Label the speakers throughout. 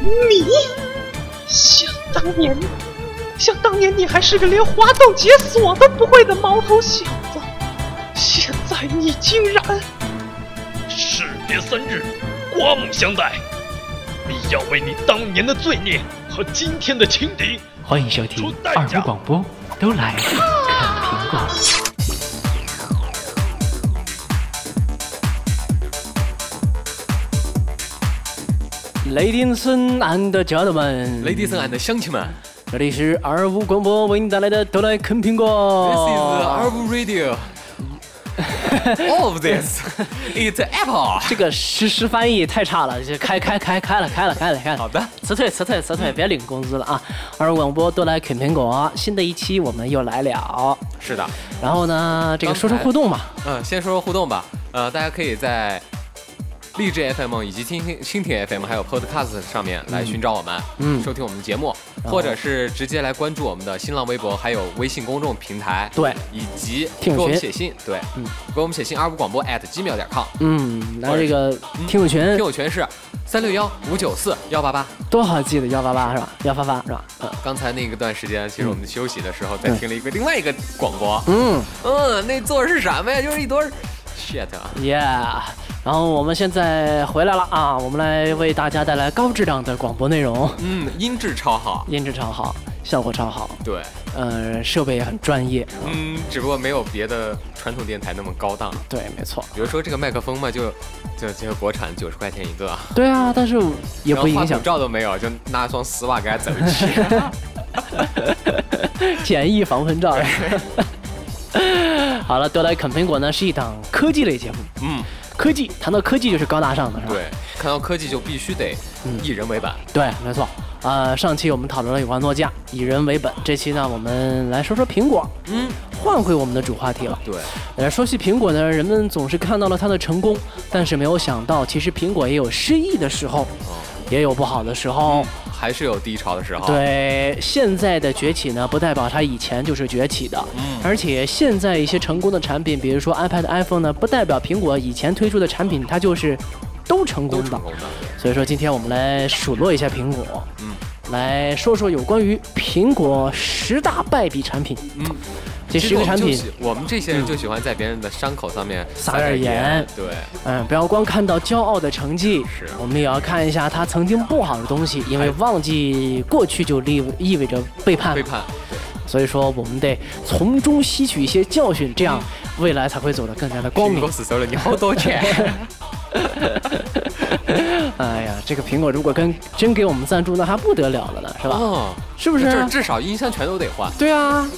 Speaker 1: 你
Speaker 2: 想当年，想当年你还是个连滑动解锁都不会的毛头小子，现在你竟然……
Speaker 3: 士别三日，刮目相待。必要为你当年的罪孽和今天的轻敌。
Speaker 4: 欢迎收听二五广播，都来看苹果。
Speaker 5: Ladies and gentlemen，
Speaker 6: 雷迪森俺的乡亲们
Speaker 5: 这里是二五广播为你带来的都来啃苹果。
Speaker 6: ，This is 二
Speaker 5: 哦
Speaker 6: 五 Radio。All of this, it's Apple。
Speaker 5: 这个实时翻译也太差了，就开开开开了开了开了开了。
Speaker 6: 好的，
Speaker 5: 辞退辞退辞退，别领工资了啊！二五广播都来啃苹果，新的一期我们又来了。啊
Speaker 6: 是的，
Speaker 5: 然后呢，这个
Speaker 6: 刚才
Speaker 5: 说说互动嘛，
Speaker 6: 嗯，先说说互动吧。呃，大家可以在荔枝 FM 以及蜻蜓蜻蜓 FM 还有 Podcast 上面来寻找我们，
Speaker 5: 嗯
Speaker 6: 收听我们的节目，
Speaker 5: 然后
Speaker 6: 或者是直接来关注我们的新浪微博还有微信公众平台，
Speaker 5: 对
Speaker 6: 以及给
Speaker 5: 听友群
Speaker 6: 我们写信，对，
Speaker 5: 嗯
Speaker 6: 给我们写信二五广播 at gmail 点 com，
Speaker 5: 嗯，然后
Speaker 6: 或者
Speaker 5: 这
Speaker 6: 是
Speaker 5: 个
Speaker 6: 嗯
Speaker 5: 听友群
Speaker 6: 听友群是三六幺五九四幺八八。
Speaker 5: 多好记的幺八八是吧？幺八八是吧？嗯
Speaker 6: 刚才那个段时间，其实我们休息的时候在听了一个另外一个广播，
Speaker 5: 嗯
Speaker 6: 嗯，那座儿是什么呀？就是一堆儿 shit 啊，
Speaker 5: ，Yeah。然后我们现在回来了啊，我们来为大家带来高质量的广播内容，
Speaker 6: 嗯，音质超好，
Speaker 5: 音质超好，效果超好，
Speaker 6: 对，
Speaker 5: 呃，设备也很专业。
Speaker 6: 嗯，只不过没有别的传统电台那么高档，
Speaker 5: 对，没错。
Speaker 6: 比如说这个麦克风嘛，就就就国产九十块钱一个，
Speaker 5: 对啊，但是也不
Speaker 6: 然后
Speaker 5: 影
Speaker 6: 话
Speaker 5: 响
Speaker 6: 筒罩都没有，就拿一双丝袜给它整起，
Speaker 5: 简易防喷罩。好了，多来啃苹果呢是一档科技类节目。
Speaker 6: 嗯，
Speaker 5: 科技谈到科技就是高大上的，是吧？
Speaker 6: 对，看到科技就必须得
Speaker 5: 嗯
Speaker 6: 以人为本，
Speaker 5: 对，没错。呃，上期我们讨论了有关诺基亚以人为本，这期呢我们来说说苹果，
Speaker 6: 嗯，
Speaker 5: 换回我们的主话题了。
Speaker 6: 对，
Speaker 5: 呃，说起苹果呢，人们总是看到了它的成功，但是没有想到，其实苹果也有失意的时候，也有不好的时候。
Speaker 6: 还是有低潮的时候，，
Speaker 5: 对，现在的崛起呢，不代表它以前就是崛起的，
Speaker 6: 嗯
Speaker 5: 而且现在一些成功的产品，比如说 iPad、iPhone 呢，不代表苹果以前推出的产品它就是都成
Speaker 6: 都
Speaker 5: 功的
Speaker 6: 成。功的，
Speaker 5: 所以说，今天我们来数落一下苹果，
Speaker 6: 嗯，
Speaker 5: 来说说有关于苹果十大败笔产品。
Speaker 6: 嗯，
Speaker 5: 这十个产
Speaker 6: 其
Speaker 5: 品嗯
Speaker 6: 实，我们就喜我们这些人就喜欢在别人的伤口上面
Speaker 5: 撒
Speaker 6: 点
Speaker 5: 点盐
Speaker 6: 对，
Speaker 5: 嗯，不要光看到骄傲的成绩，
Speaker 6: 是
Speaker 5: 我们也要看一下它曾经不好的东西，因为忘记过去就意味意味着背叛
Speaker 6: 背
Speaker 5: 嘛。
Speaker 6: 叛，对，
Speaker 5: 所以说，我们得从中吸取一些教训，这样未来才会走得更加的光
Speaker 6: 苹
Speaker 5: 明
Speaker 6: 果。死收了你好 多钱，
Speaker 5: 哎呀，这个苹果如果跟真给我们赞助，那还不得了了呢，是吧？
Speaker 6: 哦，
Speaker 5: 是啊不
Speaker 6: 这
Speaker 5: 是？
Speaker 6: 至少音箱全都得换，
Speaker 5: 对啊，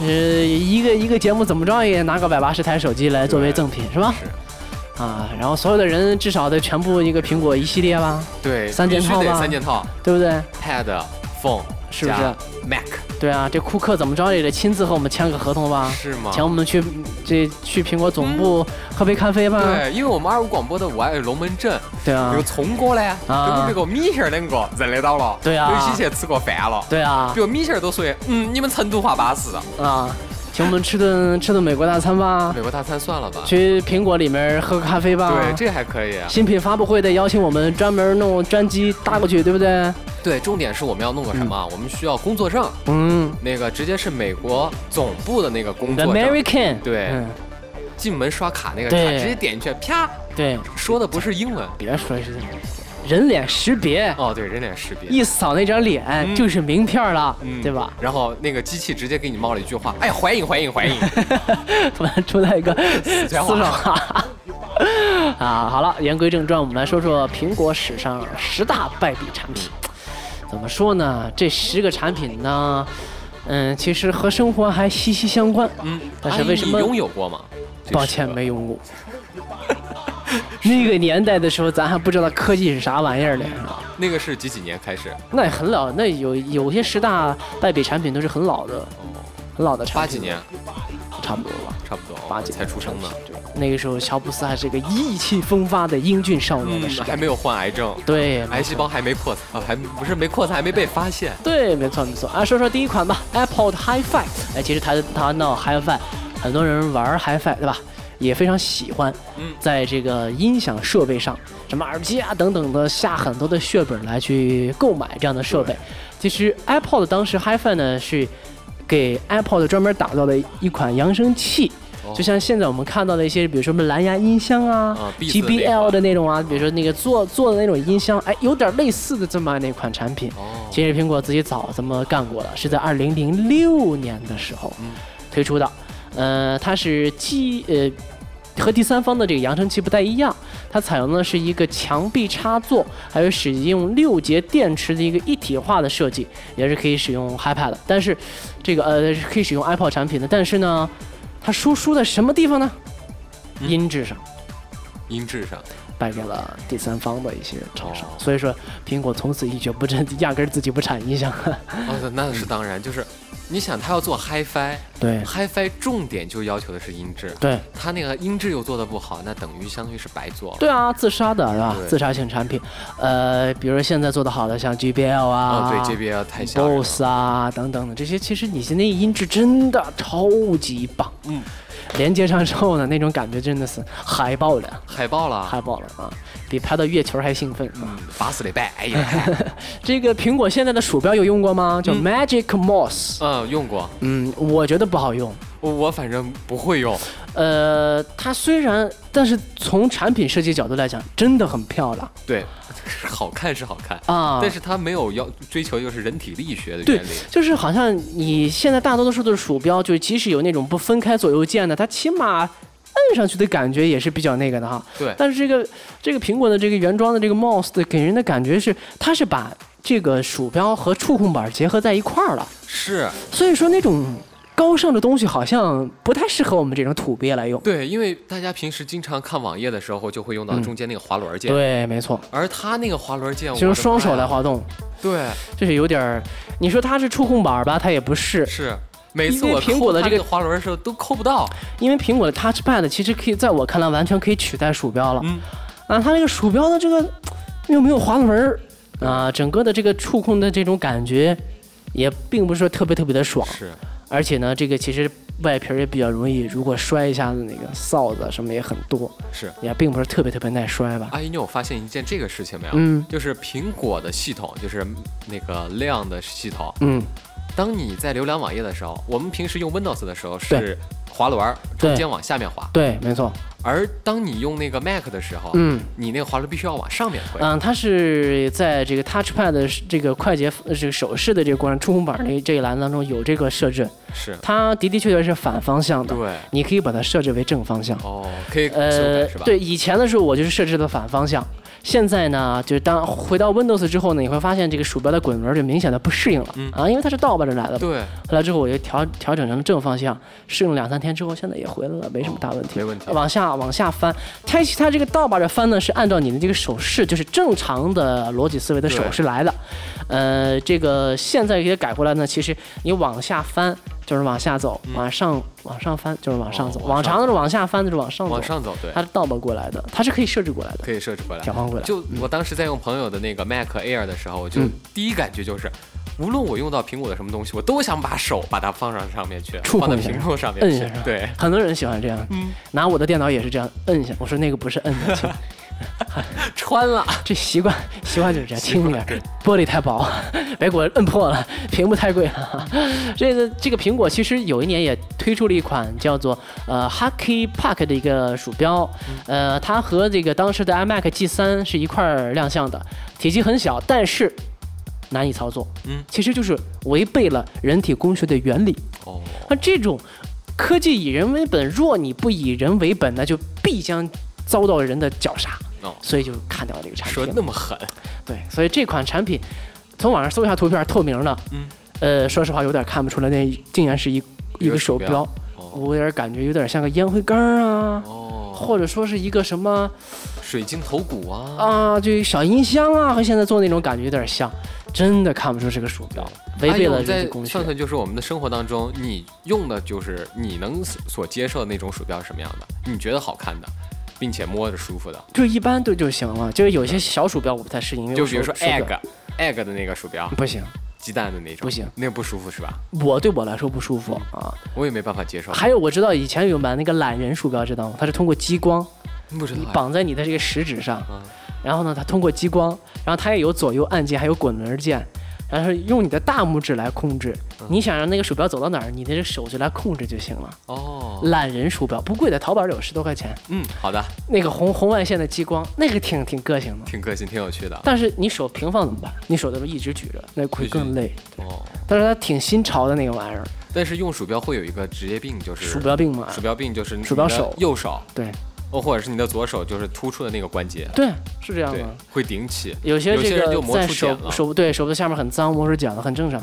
Speaker 5: 呃，一个一个节目怎么着也拿个百八十台手机来作为
Speaker 6: 对
Speaker 5: 赠品，是吧？
Speaker 6: 是。
Speaker 5: 啊，然后所有的人至少得全部一个苹果一系列吧，
Speaker 6: 对，
Speaker 5: 三件
Speaker 6: 必须
Speaker 5: 套
Speaker 6: 得
Speaker 5: 吧
Speaker 6: 三件套
Speaker 5: 对不对？
Speaker 6: ，Pad、Phone
Speaker 5: 是不是
Speaker 6: 加？Mac
Speaker 5: 对啊，这库克怎么着也得亲自和我们签个合同吧？
Speaker 6: 是吗？嗯
Speaker 5: 请我们去这去苹果总部喝杯咖啡吧？
Speaker 6: 对，因为我们二五广播的我爱龙门阵
Speaker 5: 对啊
Speaker 6: 有，葱哥嘞，
Speaker 5: 啊
Speaker 6: 就是那个米线儿那个认得到了，
Speaker 5: 对啊
Speaker 6: 有些去吃过饭了，
Speaker 5: 对啊
Speaker 6: 比，如米线儿都说，嗯，你们成都话巴适，
Speaker 5: 啊，请我们吃顿吃顿美国大餐吧，
Speaker 6: 美国大餐算了吧，
Speaker 5: 去啊苹果里面喝个咖啡吧。
Speaker 6: 对，这还可以，啊
Speaker 5: 新品发布会得邀请我们专门弄专机搭过去，对不对？
Speaker 6: 对，重点是我们要弄个什么啊？我们需要工作证，
Speaker 5: 嗯
Speaker 6: 那个直接是美国总部的那个工
Speaker 5: ，The
Speaker 6: 作证，
Speaker 5: American，
Speaker 6: 对
Speaker 5: 嗯
Speaker 6: 进门刷卡那个卡，
Speaker 5: 对
Speaker 6: 直接点进去，啪，
Speaker 5: 对，
Speaker 6: 说的不是英文，
Speaker 5: 别说是人脸识别，
Speaker 6: 哦，对，人脸识别，
Speaker 5: 一扫那张脸就是名片了，
Speaker 6: 嗯
Speaker 5: 对吧？？
Speaker 6: 然后那个机器直接给你冒了一句话：“哎，怀影，怀影， 怀影。
Speaker 5: 突然出来一个四
Speaker 6: 川话
Speaker 5: 川话。啊，好了，言归正传，我们来说说苹果史上十大败笔产品。怎么说呢？这十个产品呢，嗯，其实和生活还息息相关。”
Speaker 6: 嗯，
Speaker 5: 但是为什么
Speaker 6: 阿姨你拥有过吗？这
Speaker 5: 抱
Speaker 6: 是
Speaker 5: 歉，没用过。那个年代的时候，咱还不知道科技是啥玩意儿呢。
Speaker 6: 那个是几几年开始？
Speaker 5: 那也很老，那有有些十大败笔产品都是很老的，很老的产品。
Speaker 6: 八几年，，
Speaker 5: 差不多吧。
Speaker 6: 差不多，
Speaker 5: 八几
Speaker 6: 才出生呢。
Speaker 5: 那个时候，乔布斯还是个意气风发的英俊少年
Speaker 6: 嗯
Speaker 5: 的时，代。嗯
Speaker 6: 还没有患癌症，
Speaker 5: 对，
Speaker 6: 癌细胞还没扩散，啊，还不是没扩散，还没被发现。
Speaker 5: 对，没错没错。啊，说说第一款吧，Apple 的 HiFi。哎，其实谈谈到 HiFi，很多人玩 HiFi 对吧？也非常喜欢
Speaker 6: 嗯，
Speaker 5: 在这个音响设备上，什么耳机啊等等的下很多的血本来去购买这样的设备。其实 iPod 当时 HiFi 呢是给 iPod 专门打造的一款扬声器。
Speaker 6: 哦
Speaker 5: 就像现在我们看到的一些，比如说什么蓝牙音箱啊、
Speaker 6: 啊，Beats 的那
Speaker 5: JBL
Speaker 6: 款
Speaker 5: 的那种啊，比如说那个做做的那种音箱，哎，有点类似的这么那款产品。
Speaker 6: 哦，
Speaker 5: 其实苹果自己早这么干过了，是在二零零六年的时候
Speaker 6: 嗯
Speaker 5: 推出的。呃，它是基呃和第三方的这个扬声器不太一样，它采用的是一个墙壁插座，还有使用六节电池的一个一体化的设计，也是可以使用 iPad 的。但是这个呃是可以使用 iPod 产品的，但是呢，它输出在什么地方呢？
Speaker 6: 嗯
Speaker 5: 音质上。
Speaker 6: 音质上，
Speaker 5: 败给了第三方的一些厂商
Speaker 6: 哦，
Speaker 5: 所以说苹果从此一蹶不振，压根儿自己不产音响。
Speaker 6: 哦，那是当然，就是你想他要做 HiFi，HiFi
Speaker 5: 对，
Speaker 6: 重点就要求的是音质，
Speaker 5: 对，
Speaker 6: 他那个音质又做的不好，那等于相当于是白做了。
Speaker 5: 对啊，自杀的是吧？
Speaker 6: 对
Speaker 5: 自杀性产品，呃，比如说现在做的好的，像 JBL 啊，
Speaker 6: 哦，对，JBL 太吓人了。
Speaker 5: Boss 啊等等的这些，其实你现在音质真的超级棒，
Speaker 6: 嗯，
Speaker 5: 连接上之后呢，那种感觉真的是嗨爆了，
Speaker 6: 海报了，
Speaker 5: 嗨爆了啊，比拍到月球还兴奋啊！
Speaker 6: 嗯，拔死得拜，哎呀，
Speaker 5: 这个苹果现在的鼠标有用过吗？叫
Speaker 6: 嗯
Speaker 5: Magic Mouse，
Speaker 6: 嗯，用过，
Speaker 5: 嗯，我觉得不好用。
Speaker 6: 我我反正不会用，
Speaker 5: 呃，它虽然，但是从产品设计角度来讲，真的很漂亮
Speaker 6: 对，好看是好看，
Speaker 5: 啊。
Speaker 6: 但是它没有要追求就是人体力学的
Speaker 5: 对
Speaker 6: 原理，，
Speaker 5: 就是好像你现在大多数的鼠标，就即使有那种不分开左右键的，它起码摁上去的感觉也是比较那个的哈。
Speaker 6: 对
Speaker 5: 但是这个这个苹果的这个原装的这个 mouse 的给人的感觉是，它是把这个鼠标和触控板结合在一块儿了，
Speaker 6: 是
Speaker 5: 所以说那种高尚的东西好像不太适合我们这种土鳖来用。
Speaker 6: 对，因为大家平时经常看网页的时候就会用到中间那个滑轮键，
Speaker 5: 对，没错，
Speaker 6: 而它那个滑轮键，
Speaker 5: 就
Speaker 6: 我
Speaker 5: 是
Speaker 6: 的
Speaker 5: 双手
Speaker 6: 妈呀
Speaker 5: 来，滑动。
Speaker 6: 对，
Speaker 5: 就是有点儿，你说它是触控板儿吧，它也不是，
Speaker 6: 是。每
Speaker 5: 因
Speaker 6: 次
Speaker 5: 为
Speaker 6: 我
Speaker 5: 苹果的
Speaker 6: 抠它
Speaker 5: 这个
Speaker 6: 那滑轮的时候都抠不到，
Speaker 5: 因为苹果的 Touchpad 其实可以在我看来完全可以取代鼠标了。
Speaker 6: 嗯，
Speaker 5: 啊，它这个鼠标的这个又没有滑轮儿啊，整个的这个触控的这种感觉也并不是说特别特别的爽，
Speaker 6: 是
Speaker 5: 而且呢，这个其实外皮儿也比较容易，如果摔一下子那个臊子啊什么也很多，
Speaker 6: 是。
Speaker 5: 也并不是特别特别耐摔吧。
Speaker 6: 阿姨，你有发现一件这个事情没有？
Speaker 5: 嗯
Speaker 6: 就是苹果的系统，就是那个量的系统，
Speaker 5: 嗯，
Speaker 6: 当你在浏览网页的时候，我们平时用 Windows 的时候是滑轮儿
Speaker 5: 对
Speaker 6: 中间往下面滑，
Speaker 5: 对，没错，
Speaker 6: 而当你用那个 Mac 的时候，
Speaker 5: 嗯。
Speaker 6: 你那个滑轮必须要往上面推。
Speaker 5: 嗯，它是在这个 Touchpad 的这个快捷呃这个手势的这个过程，触控板这这一栏当中有这个设置，
Speaker 6: 是，
Speaker 5: 它的的确确是反方向的，
Speaker 6: 对，
Speaker 5: 你可以把它设置为正方向。
Speaker 6: 哦，可以修
Speaker 5: 呃
Speaker 6: 改是吧？，
Speaker 5: 对，以前的时候我就是设置的反方向，现在呢，就是当回到 Windows 之后呢，你会发现这个鼠标的滚轮就明显的不适应了、
Speaker 6: 嗯
Speaker 5: 啊，因为它是倒过着来的。
Speaker 6: 对，
Speaker 5: 后来之后我就调调整成了正方向，适应了两三天之后，现在也回来了，没什么大问题。
Speaker 6: 哦没问题
Speaker 5: 往下往下翻，它它这个倒把着翻呢，是按照你的这个手势，就是正常的逻辑思维的手势来的。呃，这个现在也改过来呢，其实你往下翻就是往下走，往上往上翻就是往上走，
Speaker 6: 嗯哦
Speaker 5: 往
Speaker 6: 往上
Speaker 5: 常的是往下翻就是往上走，
Speaker 6: 往上走，对
Speaker 5: 它，是倒过过来的，它是可以设置过来的，
Speaker 6: 可以设置回来
Speaker 5: 调。换过来。
Speaker 6: 就我当时在用朋友的那个 Mac Air 的时候，我就
Speaker 5: 嗯
Speaker 6: 第一感觉就是，无论我用到苹果的什么东西，我都想把手把它放上上面去，
Speaker 5: 触
Speaker 6: 放
Speaker 5: 碰
Speaker 6: 到
Speaker 5: 一下
Speaker 6: 屏幕上面
Speaker 5: 摁一
Speaker 6: 去
Speaker 5: 下是吧，
Speaker 6: 对，
Speaker 5: 很多人喜欢这样，拿我的电脑也是这样摁一下。我说那个不是摁的，亲
Speaker 6: 穿了，
Speaker 5: 这习惯习惯就是这样，轻一点，玻璃太薄， 别给我摁破了，屏幕太贵了。 这个这个苹果其实有一年也推出了一款叫做呃 Hockey Puck 的一个鼠标，呃，它和这个当时的 iMac G 3是一块儿亮相的，体积很小，但是难以操作，
Speaker 6: 嗯
Speaker 5: 其实就是违背了人体工学的原理。
Speaker 6: 哦，
Speaker 5: 那这种科技以人为本，若你不以人为本，那就必将遭到人的绞杀。
Speaker 6: 哦
Speaker 5: 所以就砍掉了这个产
Speaker 6: 说
Speaker 5: 品
Speaker 6: 那。么狠，
Speaker 5: 对，所以这款产品，从网上搜一下图片，透明的。
Speaker 6: 嗯。
Speaker 5: 呃，说实话，有点看不出来，那竟然是一
Speaker 6: 一个
Speaker 5: 个手
Speaker 6: 手
Speaker 5: 标
Speaker 6: 标，哦
Speaker 5: 我有点感觉有点像个烟灰缸啊，
Speaker 6: 哦，
Speaker 5: 或者说是一个什么
Speaker 6: 水晶头骨啊，
Speaker 5: 啊，就小音箱啊，和现在做那种感觉有点像，真的看不出是个鼠标，违
Speaker 6: 哎
Speaker 5: 背
Speaker 6: 呦
Speaker 5: 了人
Speaker 6: 在
Speaker 5: 体工学
Speaker 6: 算。算，就是我们的生活当中，你用的就是你能所接受的那种鼠标是什么样的？你觉得好看的，并且摸着舒服的，
Speaker 5: 就一般对就行了，就是有些小鼠标我不太适应，因为
Speaker 6: 就
Speaker 5: 我
Speaker 6: 比如
Speaker 5: 手
Speaker 6: 说
Speaker 5: 手表
Speaker 6: egg egg 的那个鼠标，
Speaker 5: 不行，
Speaker 6: 鸡蛋的那种，
Speaker 5: 不行，
Speaker 6: 那个不舒服是吧？
Speaker 5: 我对我来说不舒服啊。
Speaker 6: 我也没办法接受。
Speaker 5: 还有我知道以前有买那个懒人鼠标，知道吗？它是通过激光
Speaker 6: 不知道啊呀
Speaker 5: 绑在你的这个食指上，
Speaker 6: 啊，
Speaker 5: 然后呢，它通过激光，然后它也有左右按键，还有滚轮键，然后是用你的大拇指来控制。
Speaker 6: 嗯
Speaker 5: 你想让那个鼠标走到哪儿，你的这手就来控制就行了。
Speaker 6: 哦，
Speaker 5: 懒人鼠标不贵的，淘宝有十多块钱。
Speaker 6: 嗯，好的，
Speaker 5: 那个红红外线的激光，那个挺挺个性的。
Speaker 6: 挺个性，挺有趣的。
Speaker 5: 但是你手平放怎么办？你手这么一直举着，那会更累。
Speaker 6: 哦，
Speaker 5: 但是它挺新潮的那个玩意儿，
Speaker 6: 但是用鼠标会有一个职业病，就是
Speaker 5: 鼠标病嘛。
Speaker 6: 鼠标病就是你
Speaker 5: 鼠标
Speaker 6: 的
Speaker 5: 手
Speaker 6: 右手，
Speaker 5: 对
Speaker 6: 哦，或者是你的左手就是突出的那个关节，
Speaker 5: 对，是这样
Speaker 6: 对
Speaker 5: 的。，
Speaker 6: 会顶起。
Speaker 5: 有些
Speaker 6: 有些
Speaker 5: 这
Speaker 6: 人
Speaker 5: 个
Speaker 6: 就磨
Speaker 5: 在
Speaker 6: 出茧
Speaker 5: 手
Speaker 6: 了
Speaker 5: 手对手的下面很脏，磨出茧了，很正常。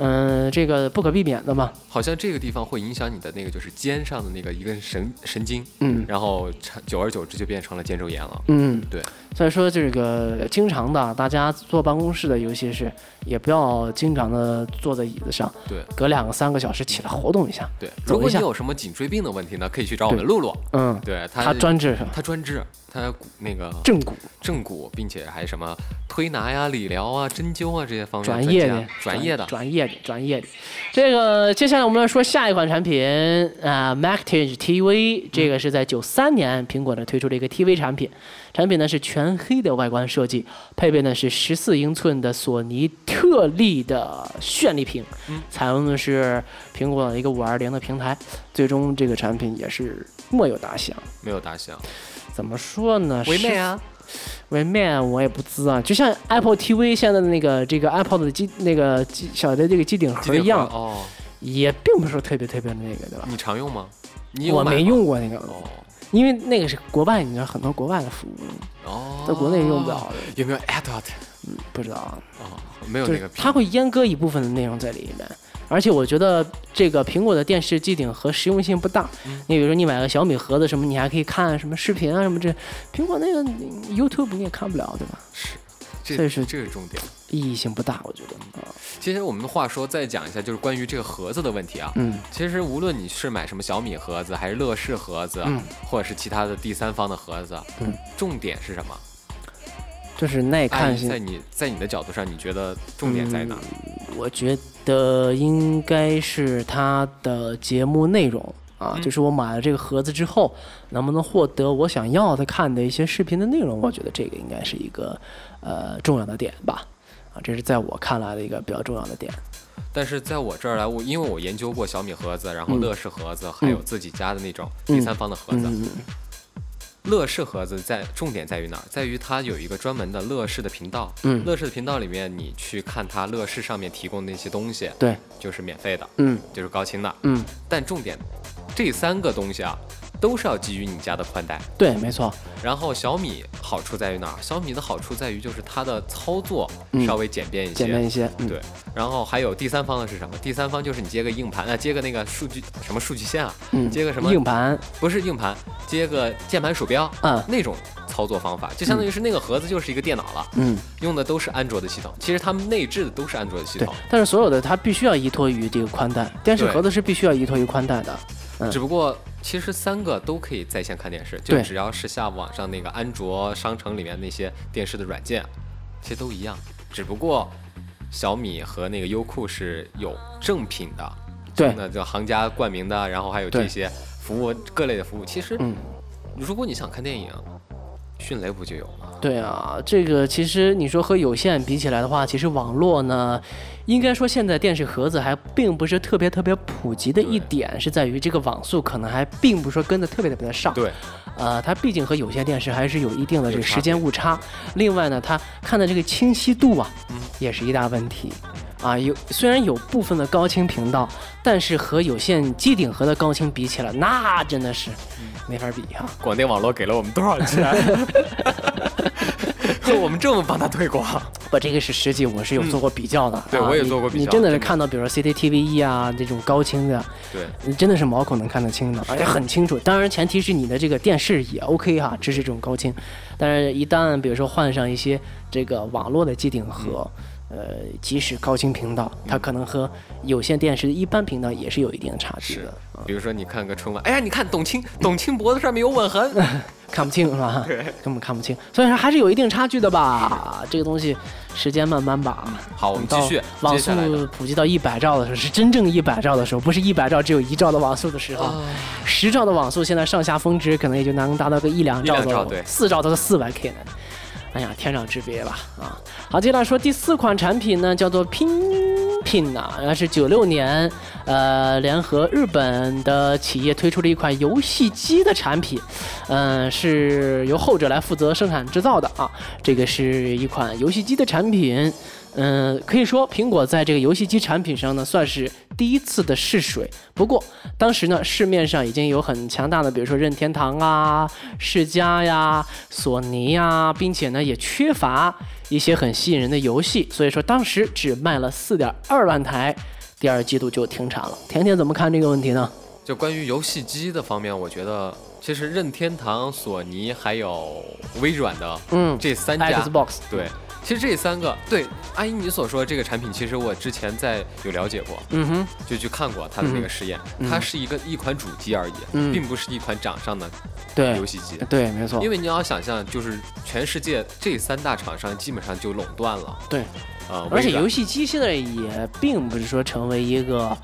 Speaker 5: 嗯，这个不可避免的嘛。
Speaker 6: 好像这个地方会影响你的那个就是肩上的那个一根神神经，
Speaker 5: 嗯
Speaker 6: 然后长久而久之就变成了肩周炎了。
Speaker 5: 嗯，
Speaker 6: 对。
Speaker 5: 所以说这个经常的，啊大家坐办公室的，尤其是也不要经常的坐在椅子上，
Speaker 6: 对
Speaker 5: 隔两个三个小时起来活动一下。
Speaker 6: 对，
Speaker 5: 走
Speaker 6: 如果
Speaker 5: 一
Speaker 6: 你
Speaker 5: 下
Speaker 6: 有什么颈椎病的问题呢，可以去找我们
Speaker 5: 对
Speaker 6: 露露，
Speaker 5: 嗯，
Speaker 6: 对他
Speaker 5: 他专治是吧？
Speaker 6: 他专治他骨那个
Speaker 5: 正骨。
Speaker 6: 正骨，并且还什么推拿呀、理疗啊、针灸啊这些方面
Speaker 5: 专
Speaker 6: 专
Speaker 5: 业
Speaker 6: 家
Speaker 5: 的，
Speaker 6: 专业的
Speaker 5: 专业的，专业的。这个接下来我们来说下一款产品啊、m a c t a g e TV，这个是在九三年苹果呢推出了一个 TV 产品，产品呢是全黑的外观设计，配备呢是十四英寸的索尼特立的绚丽屏，
Speaker 6: 嗯
Speaker 5: 采用的是苹果的一个五二零的平台，最终这个产品也是没有打响。
Speaker 6: 没有打响，
Speaker 5: 怎么说呢？
Speaker 6: 唯
Speaker 5: 是
Speaker 6: 美啊，
Speaker 5: 为面我也不知啊，就像 Apple TV 现在的那个这个 iPod 的机那个机小的这个机顶
Speaker 6: 机
Speaker 5: 盒
Speaker 6: 顶
Speaker 5: 一样
Speaker 6: 盒，哦，
Speaker 5: 也并不是特别特别的那个，对吧？
Speaker 6: 你常用吗？你有
Speaker 5: 我
Speaker 6: 买
Speaker 5: 没
Speaker 6: 吗
Speaker 5: 用过那个，
Speaker 6: 哦
Speaker 5: 因为那个是国外，你知道很多国外的服务，
Speaker 6: 哦，
Speaker 5: 在国内用不了的，
Speaker 6: 有没有 adult？
Speaker 5: 不知道啊，
Speaker 6: 哦，没有
Speaker 5: 就
Speaker 6: 那
Speaker 5: 是
Speaker 6: 个屏
Speaker 5: 它会阉割一部分的内容在里面。而且我觉得这个苹果的电视机顶盒实用性不大，
Speaker 6: 嗯
Speaker 5: 你比如说你买个小米盒子什么，你还可以看什么视频啊什么这，苹果那个嗯 YouTube 你也看不了，对吧？
Speaker 6: 是，这
Speaker 5: 这是
Speaker 6: 这是重点。
Speaker 5: 意义性不大，我觉得啊，
Speaker 6: 其实我们的话说再讲一下，就是关于这个盒子的问题啊。
Speaker 5: 嗯，
Speaker 6: 其实无论你是买什么小米盒子，还是乐视盒子，
Speaker 5: 嗯
Speaker 6: 或者是其他的第三方的盒子，
Speaker 5: 嗯
Speaker 6: 重点是什么？
Speaker 5: 就是耐
Speaker 6: 哎，
Speaker 5: 看嗯性
Speaker 6: 在你在你的角度上，你觉得重点在哪？
Speaker 5: 我觉得应该是它的节目内容啊，
Speaker 6: 嗯
Speaker 5: 就是我买了这个盒子之后，能不能获得我想要的看的一些视频的内容，我觉得这个应该是一个呃重要的点吧。啊，这是在我看来的一个比较重要的点。
Speaker 6: 但是在我这儿来，我因为我研究过小米盒子，然后
Speaker 5: 嗯
Speaker 6: 乐视盒子，还有自己家的那种第三方的盒子。
Speaker 5: 嗯，
Speaker 6: 乐视盒子在重点在于哪儿？在于它有一个专门的乐视的频道。
Speaker 5: 嗯
Speaker 6: 乐视的频道里面，你去看它乐视上面提供的那些东西，
Speaker 5: 对，
Speaker 6: 就是免费的，
Speaker 5: 嗯
Speaker 6: 就是高清的。
Speaker 5: 嗯，
Speaker 6: 但重点，这三个东西啊，都是要基于你家的宽带。
Speaker 5: 对，没错，
Speaker 6: 然后小米好处在于哪儿？小米的好处在于就是它的操作
Speaker 5: 嗯
Speaker 6: 稍微简便一些。
Speaker 5: 简单一些。嗯，
Speaker 6: 对，然后还有第三方的是什么？第三方就是你接个硬盘啊，接个那个数据什么数据线啊，
Speaker 5: 嗯，
Speaker 6: 接个什么
Speaker 5: 硬盘？
Speaker 6: 不是硬盘，接个键盘鼠标
Speaker 5: 嗯
Speaker 6: 那种操作方法，就相当于是那个盒子就是一个电脑了，
Speaker 5: 嗯，
Speaker 6: 用的都是安卓的系统。其实他们内置的都是安卓的系
Speaker 5: 对
Speaker 6: 统，。
Speaker 5: 但是所有的它必须要依托于这个宽带，电视
Speaker 6: 对
Speaker 5: 盒子是必须要依托于宽带的。嗯
Speaker 6: 只不过其实三个都可以在线看电视，就
Speaker 5: 对
Speaker 6: 只要是下网上那个安卓商城里面那些电视的软件，其实都一样，只不过小米和那个优酷是有正品的，
Speaker 5: 对，
Speaker 6: 那就行家冠名的，然后还有这
Speaker 5: 对
Speaker 6: 些服务各类的服务。其实，
Speaker 5: 嗯。
Speaker 6: 如果你想看电影，迅雷不就有吗？
Speaker 5: 对啊，这个其实你说和有线比起来的话，其实网络呢，应该说现在电视盒子还并不是特别特别普及的一
Speaker 6: 对
Speaker 5: 点，是在于这个网速可能还并不是说跟的特别特别的上。，
Speaker 6: 对，
Speaker 5: 呃，它毕竟和有线电视还是有一定的这
Speaker 6: 有
Speaker 5: 个
Speaker 6: 差
Speaker 5: 时间误差。另外呢，它看的这个清晰度啊，也是一大问题。啊，有虽然有部分的高清频道，但是和有线机顶盒的高清比起来，那真的是
Speaker 6: 嗯
Speaker 5: 没法比哈、
Speaker 6: 广电网络给了我们多少钱？ 就我们这么帮他推广，
Speaker 5: 不，这个是实际，我是有做过比较的。
Speaker 6: 嗯对
Speaker 5: 啊
Speaker 6: 我也
Speaker 5: 你
Speaker 6: 做过比
Speaker 5: 你
Speaker 6: 较
Speaker 5: 真的是
Speaker 6: 真的
Speaker 5: 看到，比如说 CCTV 一啊这种高清的，
Speaker 6: 对，
Speaker 5: 你真的是毛孔能看得清的，而且很清楚。当然，前提是你的这个电视也 OK 哈、
Speaker 6: 嗯
Speaker 5: 支持这种高清。但是，一旦比如说换上一些这个网络的机顶盒，呃，即使高清频道，它可能和有线电视一般频道也是有一定的差距
Speaker 6: 是
Speaker 5: 的，，
Speaker 6: 比如说你看个春晚，哎呀，你看董卿， 董卿脖子上面有吻 痕，
Speaker 5: 看不清是吧？根本看不清，所以说还是有一定差距的吧。这个东西，时间慢慢吧。
Speaker 6: 好，我们继续
Speaker 5: 到，网
Speaker 6: 接
Speaker 5: 速
Speaker 6: 下来的
Speaker 5: 普及到一百兆的时候，是真正一百兆的时候，不是一百兆只有一兆的网速的时候。十兆的网速现在上下峰值可能也就能达到个一两兆
Speaker 6: 一两
Speaker 5: 左
Speaker 6: 兆
Speaker 5: 右
Speaker 6: 对，
Speaker 5: 四兆都是四百 K 呢。哎呀，天壤之别吧！啊，好，接下来说第四款产品呢，叫做拼拼呐、然后是九六年，呃，联合日本的企业推出了一款游戏机的产品，嗯、是由后者来负责生产制造的啊。这个是一款游戏机的产品，嗯、可以说苹果在这个游戏机产品上呢，算是第一次的试水。不过当时呢，市面上已经有很强大的，比如说任天堂啊、世嘉呀、索尼呀，并且呢也缺乏一些很吸引人的游戏，所以说当时只卖了四点二万台，第二季度就停产了。甜甜怎么看这个问题呢？
Speaker 6: 就关于游戏机的方面，我觉得其实任天堂、索尼还有微软的
Speaker 5: 嗯
Speaker 6: 这三家，
Speaker 5: ，Xbox
Speaker 6: 对，其实这三个，对阿姨你所说的这个产品，其实我之前在有了解过，
Speaker 5: 嗯哼，
Speaker 6: 就去看过它的那个实验，它是一个一款主机而已，
Speaker 5: 嗯
Speaker 6: 并不是一款掌上的
Speaker 5: 对
Speaker 6: 游，戏机。
Speaker 5: 对，没错
Speaker 6: 因，为你要想象，就是全世界这三大厂商基本上就垄断了，
Speaker 5: 对。
Speaker 6: 呃，
Speaker 5: 而且
Speaker 6: 微软
Speaker 5: 游戏机现在也并不是说成为一个，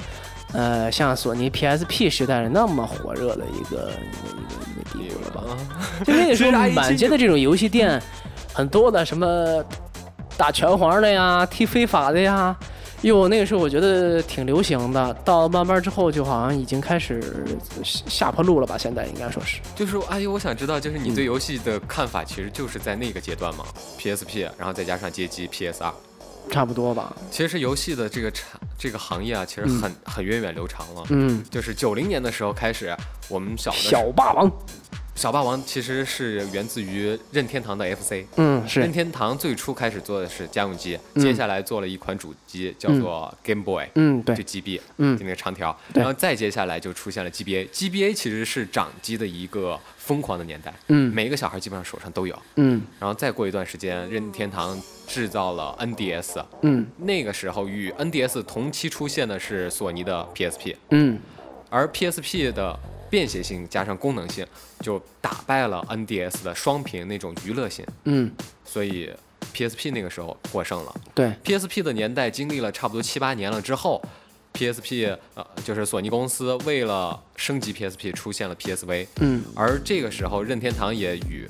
Speaker 5: 呃，像索尼 PSP 时代的那么火热的一个一个一个一个地步了吧？
Speaker 6: 啊
Speaker 5: 就那个时候
Speaker 6: 其实阿姨
Speaker 5: 满街的这种游戏店，很多的什么打拳皇的呀，踢非法的呀。哟，那个时候我觉得挺流行的，到慢慢之后就好像已经开始下下坡路了吧？现在应该说是，
Speaker 6: 就是阿姨，我想知道，就是你
Speaker 5: 嗯
Speaker 6: 对游戏的看法，其实就是在那个阶段嘛，PSP，然后再加上街机 PS 二，
Speaker 5: 差不多吧。
Speaker 6: 其实游戏的这个产这个行业啊，其实很、很源远流长了。
Speaker 5: 嗯，
Speaker 6: 就是九零年的时候开始，我们小的时
Speaker 5: 小霸王，
Speaker 6: 小霸王其实是源自于任天堂的 FC。
Speaker 5: 嗯，是
Speaker 6: 任，天堂最初开始做的是家用机，
Speaker 5: 嗯
Speaker 6: 接下来做了一款主机叫做 Game Boy，
Speaker 5: 嗯，
Speaker 6: 就
Speaker 5: 对，
Speaker 6: GB，
Speaker 5: 嗯
Speaker 6: 就那个长条。
Speaker 5: 对
Speaker 6: 然后再接下来就出现了 GBA。GBA 其实是掌机的一个疯狂的年代，
Speaker 5: 嗯
Speaker 6: 每个小孩基本上手上都有。
Speaker 5: 嗯
Speaker 6: 然后再过一段时间，任天堂制造了 NDS，
Speaker 5: 嗯
Speaker 6: 那个时候与 NDS 同期出现的是索尼的 PSP，
Speaker 5: 嗯，
Speaker 6: 而 PSP 的便携性加上功能性，就打败了 NDS 的双屏那种娱乐性，
Speaker 5: 嗯，
Speaker 6: 所以 PSP 那个时候获胜了。
Speaker 5: 对，
Speaker 6: PSP 的年代经历了差不多七八年了之后，PSP 呃就是索尼公司为了升级 PSP 出现了 PSV，
Speaker 5: 嗯
Speaker 6: 而这个时候任天堂也与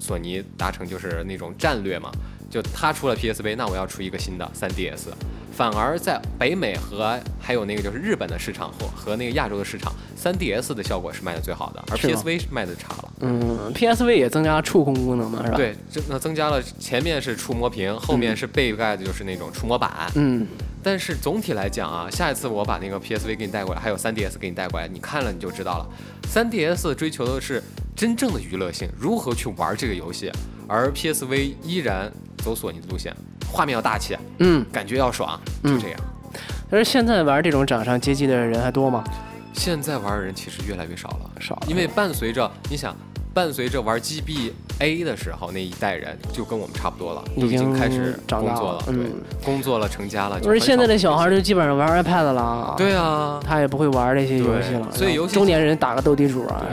Speaker 6: 索尼达成就是那种战略嘛，就他出了 PSV，那我要出一个新的 3DS。反而在北美和还有那个就是日本的市场和和那个亚洲的市场，3DS 的效果是卖的最好的，而
Speaker 5: 是吗
Speaker 6: PSV 是卖的差了。
Speaker 5: 嗯，PSV 也增加了触控功能嘛，是吧？，
Speaker 6: 对，这那增加了前面是触摸屏，后面是背盖的就是那种触摸板。
Speaker 5: 嗯，
Speaker 6: 但是总体来讲啊，下一次我把那个 PSV 给你带过来，还有 3DS 给你带过来，你看了你就知道了。3DS 追求的是真正的娱乐性，如何去玩这个游戏，而 PSV 依然走索尼的路线，画面要大气，
Speaker 5: 嗯，
Speaker 6: 感觉要爽，就这样。
Speaker 5: 但是现在玩这种掌上街机的人还多吗？
Speaker 6: 现在玩的人其实越来越少了，
Speaker 5: 少了
Speaker 6: 因为伴随着你想。伴随着玩 GBA 的时候，那一代人就跟我们差不多了，都已经
Speaker 5: 已经
Speaker 6: 开始
Speaker 5: 长
Speaker 6: 工
Speaker 5: 大
Speaker 6: 作
Speaker 5: 了
Speaker 6: 了，
Speaker 5: 嗯
Speaker 6: 对，工作了，成家了。就
Speaker 5: 不是
Speaker 6: 很
Speaker 5: 现在
Speaker 6: 少
Speaker 5: 的小孩
Speaker 6: 玩
Speaker 5: 儿就基本上玩 iPad 了啊，
Speaker 6: 游戏，对 啊，
Speaker 5: 他也不会玩这些游戏了。
Speaker 6: 对所以游戏
Speaker 5: 中年人打个斗地主啊，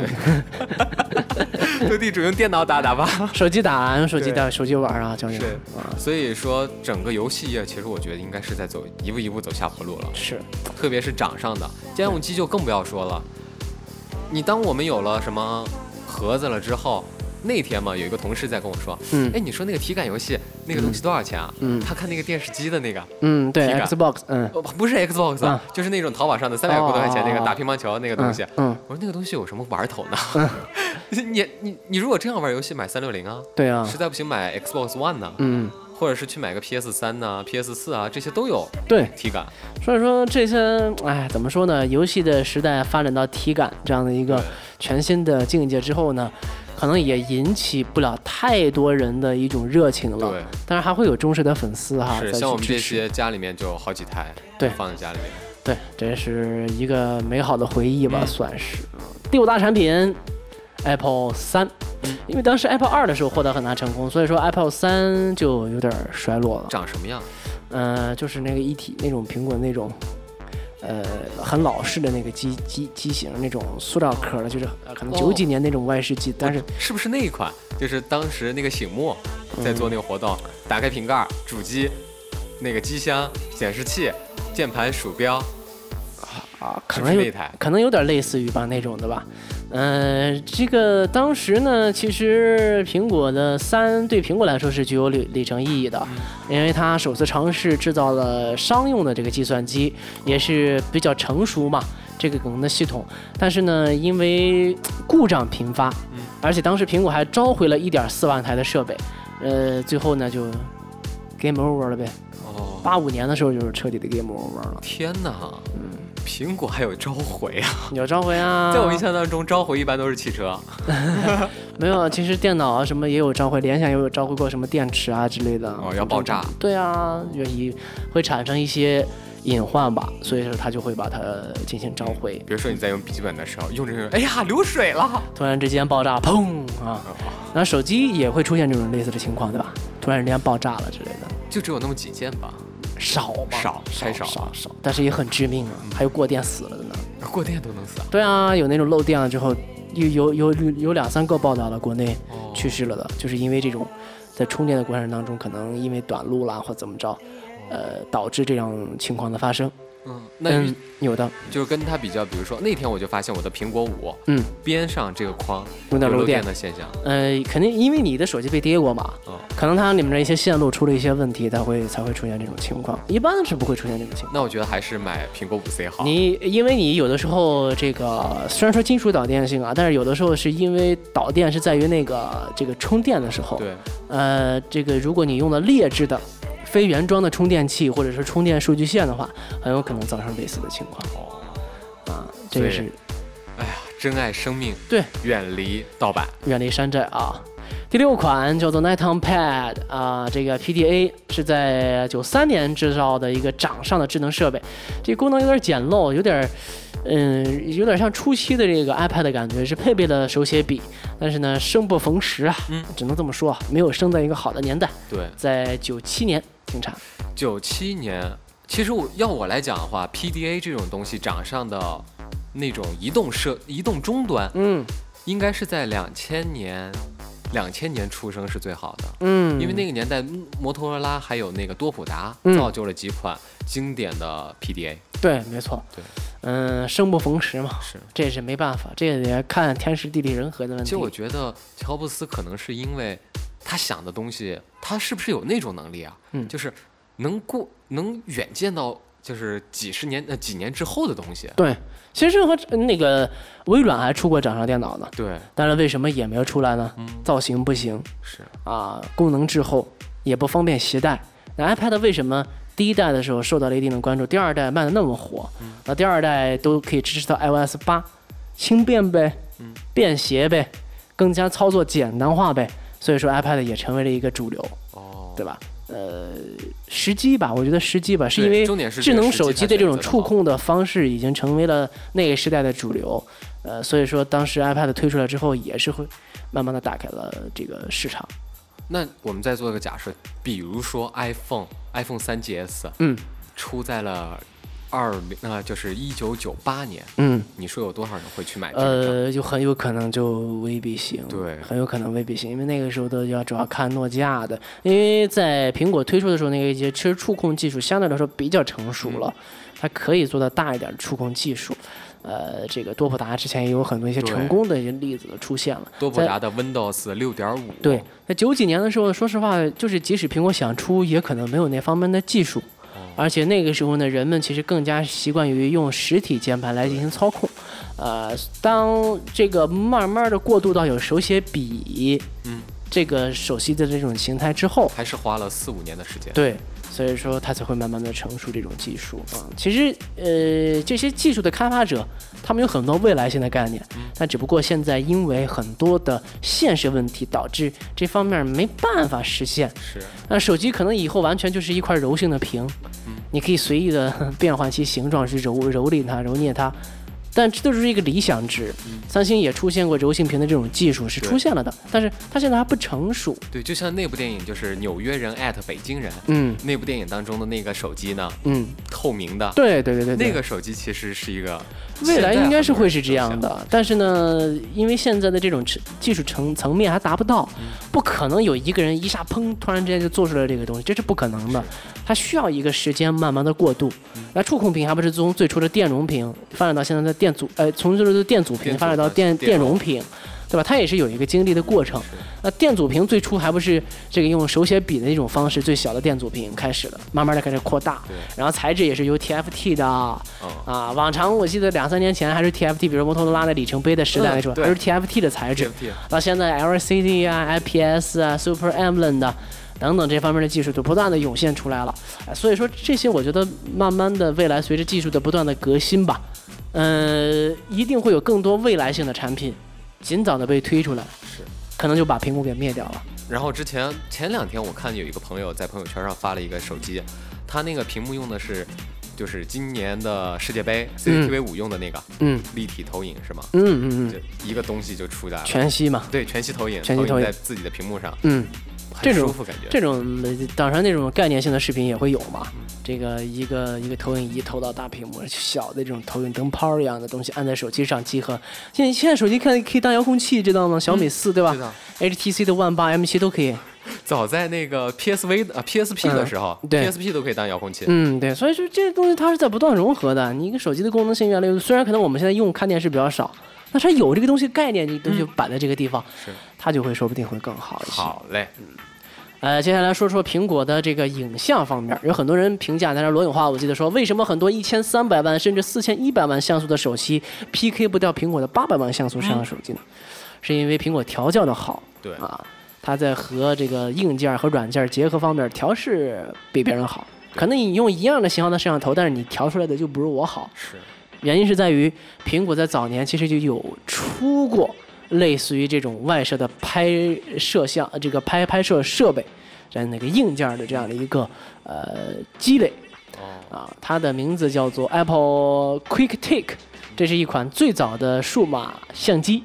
Speaker 6: 斗地主用电脑打打吧。
Speaker 5: 手机打用手机
Speaker 6: 对
Speaker 5: 打手机玩啊，就是
Speaker 6: 是
Speaker 5: 啊，
Speaker 6: 所以说，整个游戏业其实我觉得应该是在走一步一步走下坡路了，
Speaker 5: 是
Speaker 6: 特别是掌上的家用机就更不要说了。你当我们有了什么盒子了之后，那天嘛有一个同事在跟我说，
Speaker 5: 嗯
Speaker 6: 哎，你说那个体感游戏那个东西多少钱啊？
Speaker 5: 嗯
Speaker 6: 他看那个电视机的那个，
Speaker 5: 嗯对
Speaker 6: 体感
Speaker 5: Xbox 嗯
Speaker 6: 哦，不是 Xbox，、
Speaker 5: 啊
Speaker 6: 就是那种淘宝上的三百多块钱那
Speaker 5: 哦哦
Speaker 6: 个
Speaker 5: 哦
Speaker 6: 打乒乓球那个东
Speaker 5: 嗯
Speaker 6: 西。
Speaker 5: 嗯
Speaker 6: 我说那个东西有什么玩头呢？ 你你你如果真要玩游戏，买三六零啊，
Speaker 5: 对啊
Speaker 6: 实在不行买 Xbox One 呢、
Speaker 5: 嗯
Speaker 6: 或者是去买个 PS 三呐、PS 四啊，这些都有
Speaker 5: 对，
Speaker 6: 体感。
Speaker 5: 所以说这些哎怎么说呢？游戏的时代发展到体感这样的一个全新的境界之后呢，可能也引起不了太多人的一种热情了。
Speaker 6: 对，
Speaker 5: 当然还会有忠实的粉丝哈，
Speaker 6: 是
Speaker 5: 再
Speaker 6: 像我
Speaker 5: 去支
Speaker 6: 们这
Speaker 5: 持。
Speaker 6: 些家里面就有好几台，
Speaker 5: 对
Speaker 6: 放在家里面。
Speaker 5: 对，这是一个美好的回忆吧，
Speaker 6: 嗯
Speaker 5: 算是。第五大产品，Apple 三，
Speaker 6: 嗯
Speaker 5: 因为当时 Apple 二的时候获得很大成功，所以说 Apple 三就有点衰落了。
Speaker 6: 长什么样？
Speaker 5: 呃，就是那个一体那种苹果那种，呃，很老式的那个机机机型，那种塑料壳的，就是呃可能九几年那种外事机，但是
Speaker 6: 是不是那一款？就是当时那个醒目
Speaker 5: 嗯
Speaker 6: 在做那个活动，打开瓶盖，主机、那个机箱、显示器、键盘、鼠标，
Speaker 5: 啊，可
Speaker 6: 是不
Speaker 5: 能
Speaker 6: 是
Speaker 5: 有
Speaker 6: 那台？
Speaker 5: 可能有点类似于吧那种的吧。嗯、这个当时呢，其实苹果的三对苹果来说是具有里里程意义的，
Speaker 6: 嗯
Speaker 5: 因为它首次尝试制造了商用的这个计算机，也是比较成熟嘛。这个梗的系统，但是呢，因为故障频发，
Speaker 6: 嗯
Speaker 5: 而且当时苹果还召回了一点四万台的设备，呃，最后呢就 game over 了呗。
Speaker 6: 哦，
Speaker 5: 八五年的时候就是彻底的 game over 了，
Speaker 6: 天哪！苹果还有召回啊！
Speaker 5: 有召回嗯啊？
Speaker 6: 在我印象当中，召回一般都是汽车。
Speaker 5: 没有，其实电脑啊什么也有召回，联想也有召回过什么电池啊之类的。
Speaker 6: 哦要爆炸。
Speaker 5: 对啊，就一会产生一些隐患吧，所以说他就会把它进行召回。
Speaker 6: 比如说你在用笔记本的时候，用着用着，哎呀，流水了！
Speaker 5: 突然之间爆炸，砰啊！
Speaker 6: 哦
Speaker 5: 然后手机也会出现这种类似的情况，对吧？突然之间爆炸了之类的，
Speaker 6: 就只有那么几件吧，
Speaker 5: 少吧？
Speaker 6: 少太
Speaker 5: 少
Speaker 6: 少
Speaker 5: 少少，但是也很致命啊，还有过电死了的呢。
Speaker 6: 过电都能死啊！
Speaker 5: 对啊，有那种漏电了之后，有有有有两三个报道了，国内
Speaker 6: 哦
Speaker 5: 去世了的，就是因为这种在充电的过程当中，可能因为短路啦或怎么着，呃，导致这样情况的发生。
Speaker 6: 嗯，那
Speaker 5: 嗯，有的，
Speaker 6: 就是跟它比较，比如说那天我就发现我的苹果五
Speaker 5: 嗯，
Speaker 6: 边上这个框
Speaker 5: 有点
Speaker 6: 有
Speaker 5: 漏
Speaker 6: 漏
Speaker 5: 电
Speaker 6: 电的现象。
Speaker 5: 呃，肯定因为你的手机被跌过嘛，
Speaker 6: 哦
Speaker 5: 可能它里面的一些线路出了一些问题，才会才会出现这种情况，一般是不会出现这种情况。
Speaker 6: 那我觉得还是买苹果五 C 好。
Speaker 5: 你因为你有的时候这个虽然说金属导电性啊，但是有的时候是因为导电是在于那个这个充电的时候，
Speaker 6: 对，
Speaker 5: 呃，这个如果你用了劣质的、非原装的充电器或者是充电数据线的话，很有可能造成类似的情况。啊，这个
Speaker 6: 所以
Speaker 5: 是
Speaker 6: 哎呀，珍爱生命，
Speaker 5: 对，
Speaker 6: 远离盗版。
Speaker 5: 远离山寨啊。第六款叫做 Nighton Pad 啊，这个 PDA 是在九三年制造的一个掌上的智能设备，这功能有点简陋，有点，嗯，有点像初期的这个 iPad 的感觉，是配备了手写笔，但是呢，生不逢时啊，
Speaker 6: 嗯
Speaker 5: 只能这么说啊，没有生在一个好的年代，
Speaker 6: 对，
Speaker 5: 在九七年停产。
Speaker 6: 九七年，其实我要我来讲的话，PDA 这种东西掌上的那种移动设移动终端，
Speaker 5: 嗯
Speaker 6: 应该是在两千年，两千年出生是最好的。
Speaker 5: 嗯，
Speaker 6: 因为那个年代，嗯摩托罗拉还有那个多普达，
Speaker 5: 嗯
Speaker 6: 造就了几款经典的 PDA。
Speaker 5: 对，没错，
Speaker 6: 对，
Speaker 5: 嗯，生不逢时嘛，
Speaker 6: 是，
Speaker 5: 这也是没办法，这也得看天时地利人和的问题。
Speaker 6: 其实我觉得乔布斯可能是因为他想的东西，他是不是有那种能力啊？
Speaker 5: 嗯
Speaker 6: 就是能过能远见到就是几十年呃几年之后的东西。
Speaker 5: 对，其实和那个微软还出过掌上电脑呢，
Speaker 6: 对，
Speaker 5: 但是为什么也没有出来呢？
Speaker 6: 嗯
Speaker 5: 造型不行
Speaker 6: 是
Speaker 5: 啊，功能滞后，也不方便携带。那 iPad 为什么第一代的时候受到了一定的关注，第二代卖的那么火？
Speaker 6: 嗯
Speaker 5: 那第二代都可以支持到 iOS 八，轻便呗，
Speaker 6: 嗯
Speaker 5: 便携呗，更加操作简单化呗，所以说 iPad 也成为了一个主流。
Speaker 6: 哦，
Speaker 5: 对吧？呃，时机吧，我觉得时机吧，是因
Speaker 6: 对
Speaker 5: 为
Speaker 6: 重点是这
Speaker 5: 智
Speaker 6: 个
Speaker 5: 能
Speaker 6: 时
Speaker 5: 手
Speaker 6: 机
Speaker 5: 机
Speaker 6: 它
Speaker 5: 的这
Speaker 6: 选
Speaker 5: 种
Speaker 6: 择的
Speaker 5: 触
Speaker 6: 好
Speaker 5: 控的方式已经成为了那个时代的主流。呃，所以说当时 iPad 推出来之后，也是会慢慢的打开了这个市场。
Speaker 6: 那我们再做一个假设，比如说 iPhone iPhone 三 GS
Speaker 5: 嗯
Speaker 6: 出在了二零啊，就是一九九八年，
Speaker 5: 嗯，
Speaker 6: 你说有多少人会去买哎这个账？
Speaker 5: 呃，就很有可能就未必行，
Speaker 6: 对
Speaker 5: 很有可能未必行，因为那个时候都要主要看诺基亚的，因为在苹果推出的时候，那个一些其实触控技术相对来说比较成熟了，
Speaker 6: 嗯
Speaker 5: 它可以做到大一点的触控技术。呃，这个多普达之前也有很多一些
Speaker 6: 对
Speaker 5: 成功的一些例子出现了。
Speaker 6: 多普达的 Windows 六点五，
Speaker 5: 对，在九几年的时候，说实话，就是即使苹果想出，也可能没有那方面的技术。而且那个时候呢，人们其实更加习惯于用实体键盘来进行操控。呃，当这个慢慢的过渡到有手写笔，
Speaker 6: 嗯，
Speaker 5: 这个手机的这种形态之后，
Speaker 6: 还是花了四五年的时间。
Speaker 5: 对，所以说它才会慢慢的成熟这种技术啊、其实，呃，这些技术的开发者，他们有很多未来性的概念，但只不过现在因为很多的现实问题，导致这方面没办法实现。
Speaker 6: 是，
Speaker 5: 那手机可能以后完全就是一块柔性的屏，你可以随意的变换其形状去揉揉理它、揉捏它，但这都是一个理想值。三星也出现过柔性屏的这种技术是
Speaker 6: 对
Speaker 5: 出现了的，但是它现在还不成熟。
Speaker 6: 对，就像那部电影，就是纽约人艾特北京人，
Speaker 5: 嗯
Speaker 6: 那部电影当中的那个手机呢，
Speaker 5: 嗯，
Speaker 6: 透明的，
Speaker 5: 对对对对对，
Speaker 6: 那个手机其实是一个，
Speaker 5: 未来应该是会是这样
Speaker 6: 现在很多人都想。
Speaker 5: 的，但是呢，因为现在的这种技技术层层面还达不到，不可能有一个人一下砰，突然之间就做出来这个东西，这是不可能的。它需要一个时间慢慢的过渡。那触控屏还不是从最初的电容屏发展到现在的电阻，呃，从最初的电阻
Speaker 6: 电
Speaker 5: 屏
Speaker 6: 阻
Speaker 5: 发展到电
Speaker 6: 电
Speaker 5: 电
Speaker 6: 容
Speaker 5: 容屏，对吧？它也是有一个经历的过程。那电阻屏最初还不是这个用手写笔的那种方式，最小的电阻屏开始的，慢慢的开始扩大
Speaker 6: 对，
Speaker 5: 然后材质也是由 TFT 的啊，
Speaker 6: 嗯，
Speaker 5: 往常我记得两三年前还是 TFT，比如说摩托罗拉的里程碑的时代来说，
Speaker 6: 嗯对
Speaker 5: 还是 TFT 的材质，
Speaker 6: TFT
Speaker 5: 到现在 LCD 啊、IPS 啊、Super AMOLED 啊等等这方面的技术就不断的涌现出来了，哎所以说这些我觉得慢慢的未来随着技术的不断的革新吧，呃，一定会有更多未来性的产品尽早的被推出来，
Speaker 6: 是，
Speaker 5: 可能就把苹果给灭掉了。
Speaker 6: 然后之前前两天我看有一个朋友在朋友圈上发了一个手机，他那个屏幕用的是，就是今年的世界杯 CCTV 五用的那个
Speaker 5: 嗯
Speaker 6: 立体投影是吗？
Speaker 5: 嗯嗯嗯，
Speaker 6: 就一个东西就出来了，
Speaker 5: 全息嘛，
Speaker 6: 对全息投影，
Speaker 5: 全息投影
Speaker 6: 在自己的屏幕上，
Speaker 5: 嗯。
Speaker 6: 很
Speaker 5: 这种
Speaker 6: 舒服感觉。
Speaker 5: 这种呃当然那种概念性的视频也会有嘛，这个一个一个投影仪投到大屏幕，小的这种投影灯泡一样的东西按在手机上集合。现在现在手机看可以当遥控器，知道吗？小米四、对吧
Speaker 6: 嗯知道
Speaker 5: ？HTC 的万八 M 七都可以。
Speaker 6: 早在那个 PSV 啊 PSP 的时候、
Speaker 5: 嗯对
Speaker 6: p s p 都可以当遥控器。
Speaker 5: 嗯，对，所以说这些东西它是在不断融合的。你一个手机的功能性越来越，虽然可能我们现在用看电视比较少，但是它有这个东西概念，你东西摆在这个地方，
Speaker 6: 嗯是
Speaker 5: 它就会说不定会更好一些。
Speaker 6: 好嘞，
Speaker 5: 呃，接下来说说苹果的这个影像方面，有很多人评价，但是罗永浩我记得说，为什么很多一千三百万甚至四千一百万像素的手机 PK 不掉苹果的八百万像素摄像手机呢？是因为苹果调教的好，
Speaker 6: 对
Speaker 5: 啊，它在和这个硬件和软件结合方面调试比别人好。可能你用一样的型号的摄像头，但是你调出来的就不如我好。
Speaker 6: 是
Speaker 5: 原因是在于苹果在早年其实就有出过类似于这种外设的拍摄像，呃这个拍拍摄设备在那个硬件的这样的一个呃积累
Speaker 6: 哦，
Speaker 5: 啊，它的名字叫做 Apple Quick Take，这是一款最早的数码相机。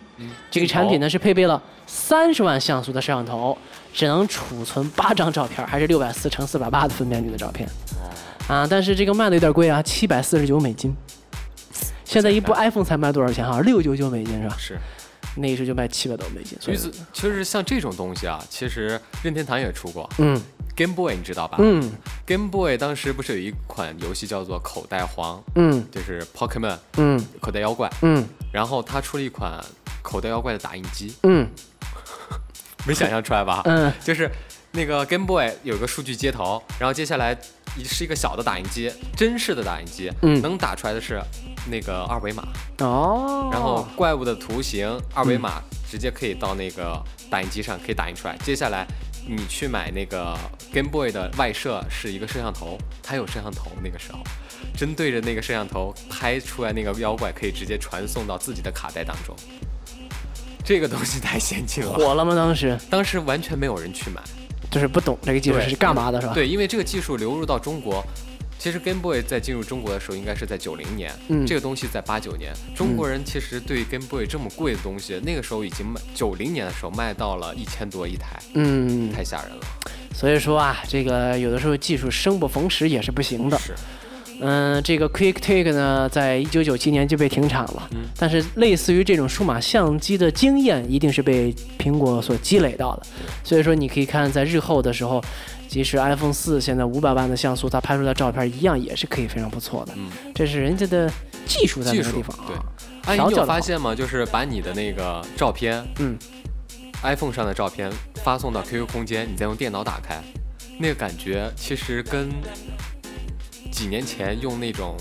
Speaker 5: 这个产品呢是配备了三十万像素的摄像头，只能储存八张照片，还是六百四乘四百八的分辨率的照片。啊，但是这个卖的有点贵啊，七百四十九美金。现在一部 iPhone 才卖多少钱啊？六九九美金是吧？
Speaker 6: 是。
Speaker 5: 那个时候就卖七百多美金。所
Speaker 6: 与
Speaker 5: 以，
Speaker 6: 此，其实像这种东西啊，其实任天堂也出过
Speaker 5: 嗯
Speaker 6: Game Boy，你知道吧？
Speaker 5: 嗯
Speaker 6: Game Boy 当时不是有一款游戏叫做《口袋黄》，
Speaker 5: 嗯
Speaker 6: 就是 Pokemon
Speaker 5: 嗯
Speaker 6: 口袋妖怪，
Speaker 5: 嗯
Speaker 6: 然后它出了一款口袋妖怪的打印 机，
Speaker 5: 嗯
Speaker 6: 没想象出来吧？
Speaker 5: 嗯，
Speaker 6: 就是那个 Game Boy 有个数据接头，然后接下来一是一个小的打印机，真式的打印机，
Speaker 5: 嗯
Speaker 6: 能打出来的是那个二维码，
Speaker 5: 哦，
Speaker 6: 然后怪物的图形二维码直接可以到那个打印机上可以打印出来。接下来你去买那个 Game Boy 的外设是一个摄像头，它有摄像头，那个时候针对着那个摄像头拍出来那个妖怪，可以直接传送到自己的卡带当中。这个东西太先进了，
Speaker 5: 火了吗？当时
Speaker 6: 当时完全没有人去买。
Speaker 5: 就是不懂这个技术
Speaker 6: 对
Speaker 5: 是干嘛的，是吧？
Speaker 6: 对，因为这个技术流入到中国，其实 Game Boy 在进入中国的时候应该是在九零年，
Speaker 5: 嗯
Speaker 6: 这个东西在八九年。中国人其实对 Game Boy 这么贵的东西，那个时候已经卖九零年的时候卖到了一千多一台，
Speaker 5: 嗯，
Speaker 6: 太吓人了。
Speaker 5: 所以说啊，这个有的时候技术生不逢时也是啊不行的。
Speaker 6: 是，
Speaker 5: 嗯，这个 Quick Take 呢，在一九九七年就被停产了。
Speaker 6: 嗯
Speaker 5: 但是类似于这种数码相机的经验，一定是被苹果所积累到的。所以说，你可以看在日后的时候，即使 iPhone 四现在五百万的像素，它拍出来的照片一样也是可以非常不错的。
Speaker 6: 嗯，
Speaker 5: 这是人家的技术在
Speaker 6: 技
Speaker 5: 那个
Speaker 6: 术
Speaker 5: 地方
Speaker 6: 对
Speaker 5: 啊。。
Speaker 6: 哎，
Speaker 5: 调
Speaker 6: 你
Speaker 5: 教得
Speaker 6: 有发
Speaker 5: 好
Speaker 6: 现吗？就是把你的那个照片
Speaker 5: 嗯，
Speaker 6: ，iPhone 上的照片发送到 QQ 空间，你再用电脑打开，那个感觉其实跟几年前用那种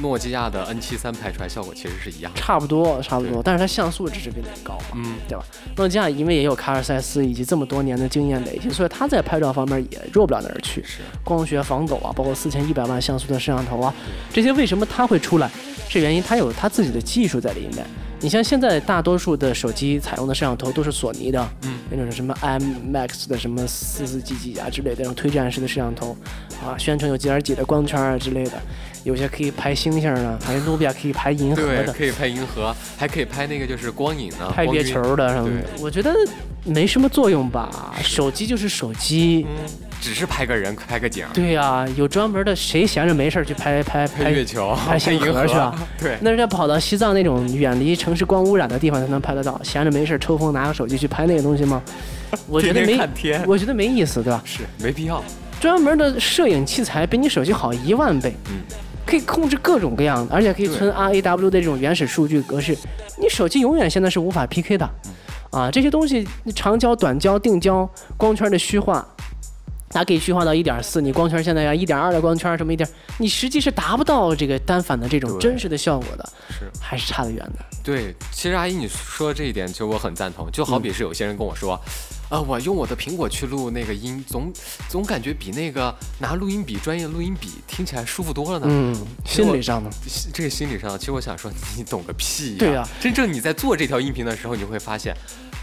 Speaker 6: 诺基亚的 N 7 3拍出来效果其实是一样的。
Speaker 5: 差不多，差不
Speaker 6: 对
Speaker 5: 多。但是它像素只是比那个高嘛。
Speaker 6: 嗯，
Speaker 5: 对吧？诺基亚因为也有卡尔塞斯以及这么多年的经验累积，所以它在拍照方面也弱不了哪儿去。
Speaker 6: 是
Speaker 5: 光学防抖啊，包括四千一百万像素的摄像头啊，这些为什么它会出来？是原因它有它自己的技术在里面。你像现在大多数的手机采用的摄像头都是索尼的，嗯，那种什么 IMX 的什么四四几几啊之类的那种推展式的摄像头，啊，宣传有几点几的光圈啊之类的，有些可以拍星星呢，还有努比亚可以拍银河
Speaker 6: 对，
Speaker 5: 的，
Speaker 6: 可以拍银河，还可以拍那个就是光影呢，
Speaker 5: 拍
Speaker 6: 啊光
Speaker 5: 别
Speaker 6: 晕
Speaker 5: 球的什么的，我觉得没什么作用吧。手机就是手机，
Speaker 6: 嗯，只是拍个人，拍个景儿，
Speaker 5: 对呀、有专门的谁闲着没事儿去拍拍
Speaker 6: 拍
Speaker 5: 拍
Speaker 6: 月球，
Speaker 5: 拍星
Speaker 6: 银
Speaker 5: 河
Speaker 6: 河
Speaker 5: 去吧？
Speaker 6: 对，
Speaker 5: 那是要跑到西藏那种远离城市光污染的地方才能拍得到，闲着没事儿抽风拿个手机去拍那个东西吗？我觉得
Speaker 6: 天
Speaker 5: 没
Speaker 6: 天，看天
Speaker 5: 我觉得没意思，对吧？
Speaker 6: 是没必要。
Speaker 5: 专门的摄影器材比你手机好一万倍，
Speaker 6: 嗯
Speaker 5: 可以控制各种各样的，而且可以
Speaker 6: 对
Speaker 5: 存 RAW 的这种原始数据格式。你手机永远现在是无法 PK 的，啊，这些东西长焦、短焦、定焦、光圈的虚化。它可以虚化到一点四，你光圈现在要一点二的光圈，什么一点，你实际是达不到这个单反的这种
Speaker 6: 对
Speaker 5: 真实的效果的，
Speaker 6: 是
Speaker 5: 还是差得远的。
Speaker 6: 对，其实阿姨你说的这一点，其实我很赞同。就
Speaker 5: 嗯
Speaker 6: 好比是有些人跟我说，啊、我用我的苹果去录那个音，总总感觉比那个拿录音笔专业录音笔听起来舒服多了呢。
Speaker 5: 嗯，
Speaker 6: 其实
Speaker 5: 心
Speaker 6: 我
Speaker 5: 理上呢，
Speaker 6: 心这个心理上，其实我想说，你懂个屁呀、
Speaker 5: 对啊呀
Speaker 6: 真正你在做这条音频的时候，你会发现，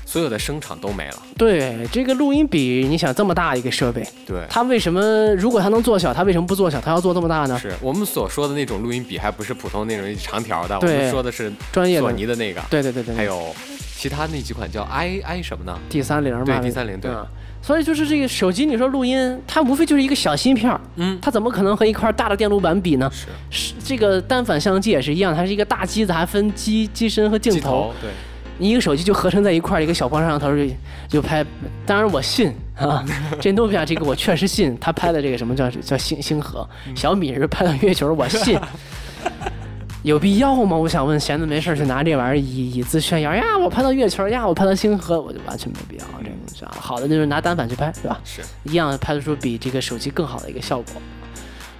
Speaker 6: 所有的声场都没了。
Speaker 5: 对这个录音笔，你想这么大一个设备，
Speaker 6: 对。
Speaker 5: 它为什么如果它能做小，它为什么不做小，它要做这么大呢？
Speaker 6: 是我们所说的那种录音笔，还不是普通那种长条的，我
Speaker 5: 对
Speaker 6: 们说的是
Speaker 5: 专业的
Speaker 6: 索尼的那个，
Speaker 5: 对对对对，
Speaker 6: 还有其他那几款叫 i i 什么呢？
Speaker 5: D 三零嘛，
Speaker 6: 对 D30 对
Speaker 5: 嗯所以就是这个手机，你说录音，它无非就是一个小芯片儿，
Speaker 6: 嗯
Speaker 5: 它怎么可能和一块大的电路板比呢？
Speaker 6: 是
Speaker 5: 是这个单反相机也是一样，它是一个大机子，还分机机身和镜头。
Speaker 6: 镜头，对，
Speaker 5: 你一个手机就合成在一块儿，一个小光摄像头就就拍。当然我信啊，这诺比亚这个我确实信，他拍的这个什么叫叫星星河，小米是拍的月球，我信。有必要吗？我想问，闲的没事儿去拿这玩意儿以以资炫耀哎呀？我拍到月球呀，我拍到星河，我就完全没必要。这种这样啊好的就是拿单反去拍，对吧？
Speaker 6: 是哎
Speaker 5: 一样拍得出比这个手机更好的一个效果。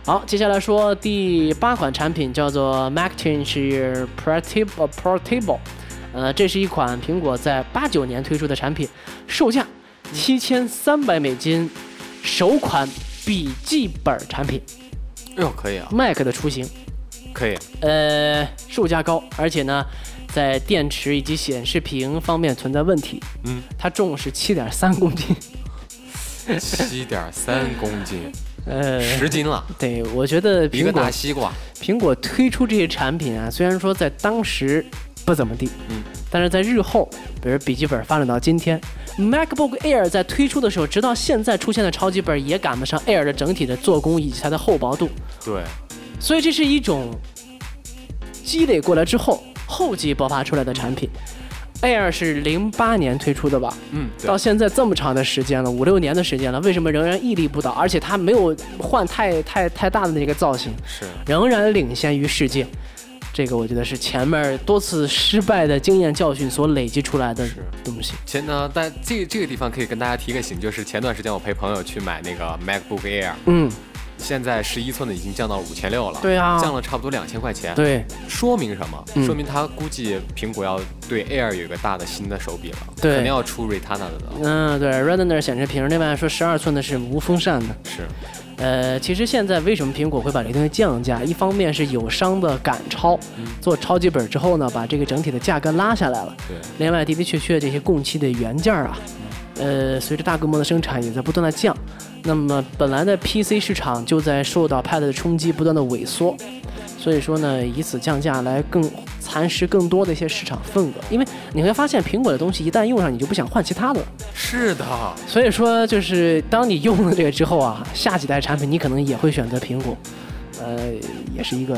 Speaker 5: 好，接下来说第八款产品叫做 Macintosh Portable Portable，呃，这是一款苹果在八九年推出的产品，售价七千三百美金，首款笔记本产品
Speaker 6: 哎呦，可以啊，
Speaker 5: ，Mac 的雏形。
Speaker 6: 可以，
Speaker 5: 呃，售价高，而且呢，在电池以及显示屏方面存在问题。
Speaker 6: 嗯，
Speaker 5: 它重是七点三公斤。
Speaker 6: 七点三公斤，
Speaker 5: 呃，
Speaker 6: 十斤了，
Speaker 5: 对，我觉得
Speaker 6: 一
Speaker 5: 苹
Speaker 6: 个
Speaker 5: 果
Speaker 6: 大西瓜，
Speaker 5: 苹果推出这些产品啊，虽然说在当时不怎么地，
Speaker 6: 嗯，
Speaker 5: 但是在日后，比如笔记本发展到今天，MacBook Air 在推出的时候，直到现在出现的超级本也赶不上 Air 的整体的做工以及它的厚薄度，
Speaker 6: 对，
Speaker 5: 所以这是一种积累过来之后后继爆发出来的产品。Air 是零八年推出的吧？
Speaker 6: 嗯，对
Speaker 5: 到现在这么长的时间了，五六年的时间了，为什么仍然屹立不倒？而且它没有换太太太大的那个造型，
Speaker 6: 是，
Speaker 5: 仍然领先于世界。这个我觉得是前面多次失败的经验教训所累积出来的
Speaker 6: 是
Speaker 5: 东西。
Speaker 6: 前呢，但这这个地方可以跟大家提个醒，就是前段时间我陪朋友去买那个 MacBook Air，
Speaker 5: 嗯，
Speaker 6: 现在十一寸的已经降到五千六了，
Speaker 5: 对啊
Speaker 6: 降了差不多两千块钱，，
Speaker 5: 对
Speaker 6: 说明什么？
Speaker 5: 嗯
Speaker 6: 说明它估计苹果要对 Air 有一个大的新的手柄了，
Speaker 5: 对
Speaker 6: 肯定要出 Retina 的了，
Speaker 5: 嗯，对，Retina 显示屏另外说十二寸的是无风扇的。
Speaker 6: 是，
Speaker 5: 呃，其实现在为什么苹果会把这个东西降价？一方面是友商的赶超，做超级本之后呢，把这个整体的价格拉下来了。
Speaker 6: 对，
Speaker 5: 另外的的确确这些供气的元件儿啊，呃，随着大规模的生产也在不断的降，那么本来的 PC 市场就在受到 Pad 的冲击不断的萎缩，所以说呢，以此降价来更蚕食更多的一些市场份额，因为你会发现苹果的东西一旦用上，你就不想换其他的了。
Speaker 6: 是的，
Speaker 5: 所以说，就是当你用了这个之后啊，下几代产品你可能也会选择苹果， 呃，也是一个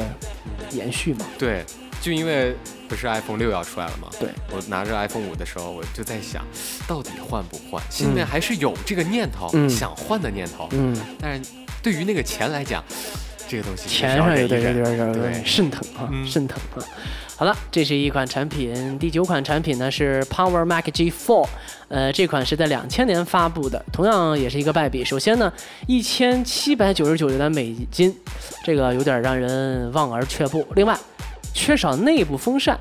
Speaker 5: 延续嘛。
Speaker 6: 对，就因为不是 iPhone 六要出来了吗？
Speaker 5: 对，
Speaker 6: 我拿着 iPhone 五的时候，我就在想，到底换不换？现在还是有这个念头，
Speaker 5: 嗯
Speaker 6: 想换的念头，
Speaker 5: 嗯，
Speaker 6: 但是对于那个钱来讲，这个东西
Speaker 5: 钱上有
Speaker 6: 有
Speaker 5: 点有点有点有
Speaker 6: 对
Speaker 5: 点，肾疼啊，
Speaker 6: 嗯
Speaker 5: 肾疼啊。好了，这是一款产品，第九款产品呢是 Power Mac G4，呃，这款是在两千年发布的，同样也是一个败笔。首先呢，一千七百九十九元美金，这个有点让人望而却步。另外，缺少内部风扇，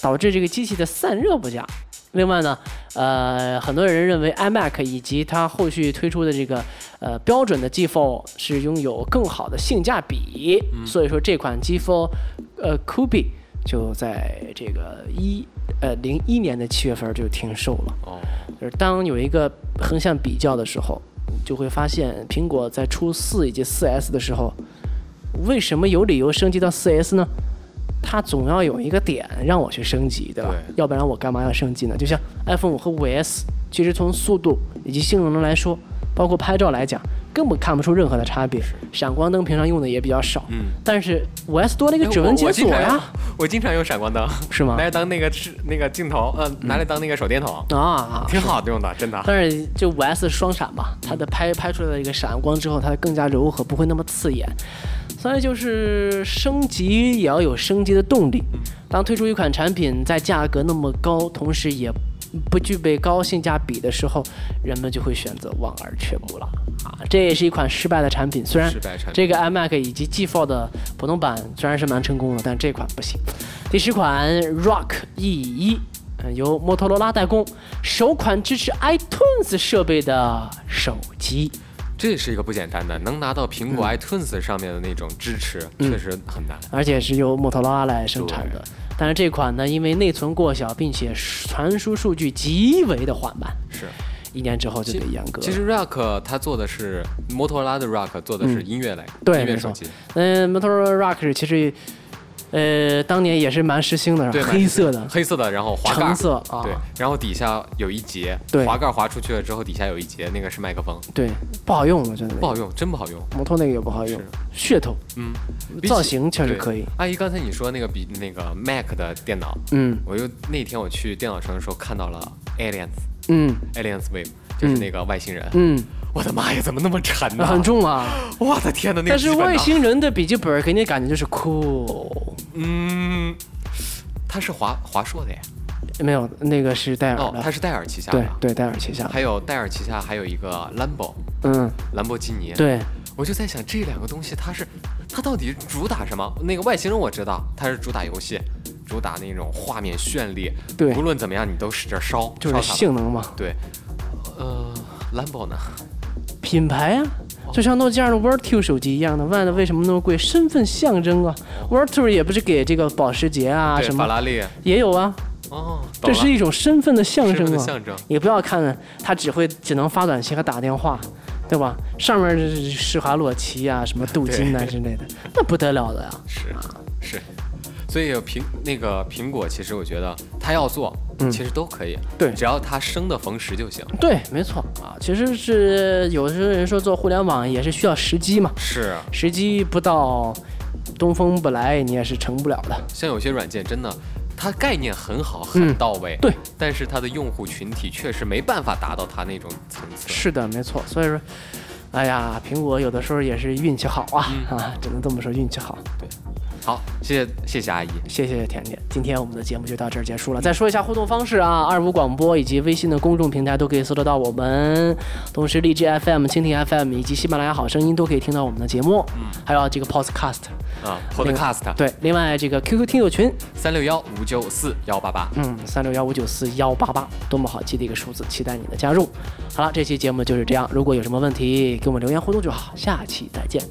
Speaker 5: 导致这个机器的散热不佳。另外呢，呃，很多人认为 iMac 以及它后续推出的这个呃标准的 G4 是拥有更好的性价比，所以说这款 G4 呃 Kubi 就在这个一呃零一年的七月份就停售了。
Speaker 6: 哦，
Speaker 5: 就是当有一个横向比较的时候，你就会发现苹果在出四以及四 S 的时候，为什么有理由升级到四 S 呢？它总要有一个点让我去升级，对吧？
Speaker 6: 对
Speaker 5: 要不然我干嘛要升级呢？就像 iPhone 五和五 S，其实从速度以及性能来说，包括拍照来讲，根本看不出任何的差别。闪光灯平常用的也比较少，
Speaker 6: 嗯
Speaker 5: 但是五 S 多了一个
Speaker 6: 哎
Speaker 5: 指纹
Speaker 6: 我
Speaker 5: 解
Speaker 6: 我经
Speaker 5: 锁
Speaker 6: 常
Speaker 5: 呀、
Speaker 6: 用我经常用闪光灯，
Speaker 5: 是吗嗯
Speaker 6: 拿？来当那个是那个镜头，呃，拿来当那个手电筒，
Speaker 5: 啊，
Speaker 6: 挺好用的，真的。
Speaker 5: 但是就五 S 双闪吧，它的拍拍出来的一个闪光之后，它更加柔和，不会那么刺眼。所以就是升级也要有升级的动力。当推出一款产品在价格那么高，同时也不具备高性价比的时候，人们就会选择望而却步了啊！这也是一款失败的产品。虽然
Speaker 6: 失败产品
Speaker 5: 这个 iMac 以及 G Fold 的普通版虽然是蛮成功的，但这款不行。第十款 Rock E 一，呃由摩托罗拉代工，首款支持 iTunes 设备的手机。
Speaker 6: 这是一个不简单的，能拿到苹
Speaker 5: 嗯
Speaker 6: 果 iTunes 上面的那种支持，确实很难。
Speaker 5: 而且是由摩托罗拉来生产的。但是这款呢，因为内存过小，并且传输数据极为的缓慢，
Speaker 6: 是，
Speaker 5: 一年之后就得阉割了。
Speaker 6: 其实 Rock 它做的是摩托罗拉的 Rock 做的是音乐类，
Speaker 5: 嗯对
Speaker 6: 音乐
Speaker 5: 没错
Speaker 6: 手机，
Speaker 5: 嗯，摩托罗拉 Rock 其实，呃，当年也是蛮时兴的，
Speaker 6: 对
Speaker 5: 黑色的，
Speaker 6: 黑色的，然后滑盖
Speaker 5: 橙
Speaker 6: 儿，
Speaker 5: 色啊
Speaker 6: 对，，然后底下有一节
Speaker 5: 对，
Speaker 6: 滑盖儿滑出去了之后，底下有一节，那个是麦克风，
Speaker 5: 对，不好用，我觉得
Speaker 6: 不好用，真不好用。
Speaker 5: 摩托那个也不好用，噱头，
Speaker 6: 嗯，比起
Speaker 5: 造型确实
Speaker 6: 对
Speaker 5: 可以，。
Speaker 6: 阿姨，刚才你说那个比那个 Mac 的电脑，
Speaker 5: 嗯
Speaker 6: 我又那天我去电脑城的时候看到了 Aliens
Speaker 5: 嗯
Speaker 6: Aliens Wave，就是那个外星人。
Speaker 5: 嗯，
Speaker 6: 我的妈呀，怎么那么沉呢、
Speaker 5: 很重啊。
Speaker 6: 我的天呐，那个
Speaker 5: 但是
Speaker 6: 基本
Speaker 5: 外
Speaker 6: 呢
Speaker 5: 星人的笔记本给你的感觉就是酷，
Speaker 6: 嗯，它是华华硕的呀，没
Speaker 5: 有那个是戴尔
Speaker 6: 哦，
Speaker 5: 的
Speaker 6: 它是戴尔旗下
Speaker 5: 对
Speaker 6: 的，
Speaker 5: 对，戴尔旗下的，
Speaker 6: 还有戴尔旗下还有一个兰博，
Speaker 5: 嗯，
Speaker 6: 兰博基尼，，
Speaker 5: 对，
Speaker 6: 我就在想这两个东西它是它到底主打什么？那个外星人我知道，它是主打游戏，主打那种画面绚丽，
Speaker 5: 对
Speaker 6: 无论怎么样你都使劲烧，
Speaker 5: 就是
Speaker 6: 烧它吧
Speaker 5: 性能嘛。
Speaker 6: 对，呃，兰博呢？
Speaker 5: 品牌啊，
Speaker 6: 哦
Speaker 5: 就像诺基亚的 Virtu 手机一样的，卖的为什么那么贵？身份象征啊，Virtu 也不是给这个保时捷啊
Speaker 6: 对，
Speaker 5: 什
Speaker 6: 法
Speaker 5: 么，
Speaker 6: 拉利，
Speaker 5: 也有啊，
Speaker 6: 哦，懂
Speaker 5: 这是
Speaker 6: 了
Speaker 5: 一种身份的象
Speaker 6: 身份
Speaker 5: 征
Speaker 6: 的
Speaker 5: 啊。
Speaker 6: 象征
Speaker 5: 你不要看它只会只能发短信和打电话，对吧？上面是施华洛奇啊，什么镀金啊之类的，那不得了的呀、
Speaker 6: 是是，所以苹那个苹果，其实我觉得它要做，其实都可以，
Speaker 5: 嗯对
Speaker 6: 只要它生的逢时就行。
Speaker 5: 对，没错啊，其实是有些人说做互联网也是需要时机嘛，
Speaker 6: 是，
Speaker 5: 时机不到，东风不来，你也是成不了的。
Speaker 6: 像有些软件真的，它概念很好，很到位，
Speaker 5: 对，
Speaker 6: 但是它的用户群体确实没办法达到它那种层次。
Speaker 5: 是的，没错。所以说，哎呀，苹果有的时候也是运气好啊、啊，只能这么说，运气好。
Speaker 6: 好，谢谢谢谢阿姨，
Speaker 5: 谢谢甜甜，今天我们的节目就到这儿结束了。再说一下互动方式啊，二五广播以及微信的公众平台都可以搜得到我们，同时荔枝 FM、蜻蜓 FM 以及喜马拉雅好声音都可以听到我们的节目，嗯，还有这个 Podcast。
Speaker 6: 啊
Speaker 5: 另
Speaker 6: ，Podcast
Speaker 5: 对，另外这个 QQ 听友群，
Speaker 6: 三六幺五九四幺八八，
Speaker 5: 嗯，三六幺五九四幺八八，多么好记的一个数字，期待你的加入。好了，这期节目就是这样，如果有什么问题，给我们留言互动就好，下期再见，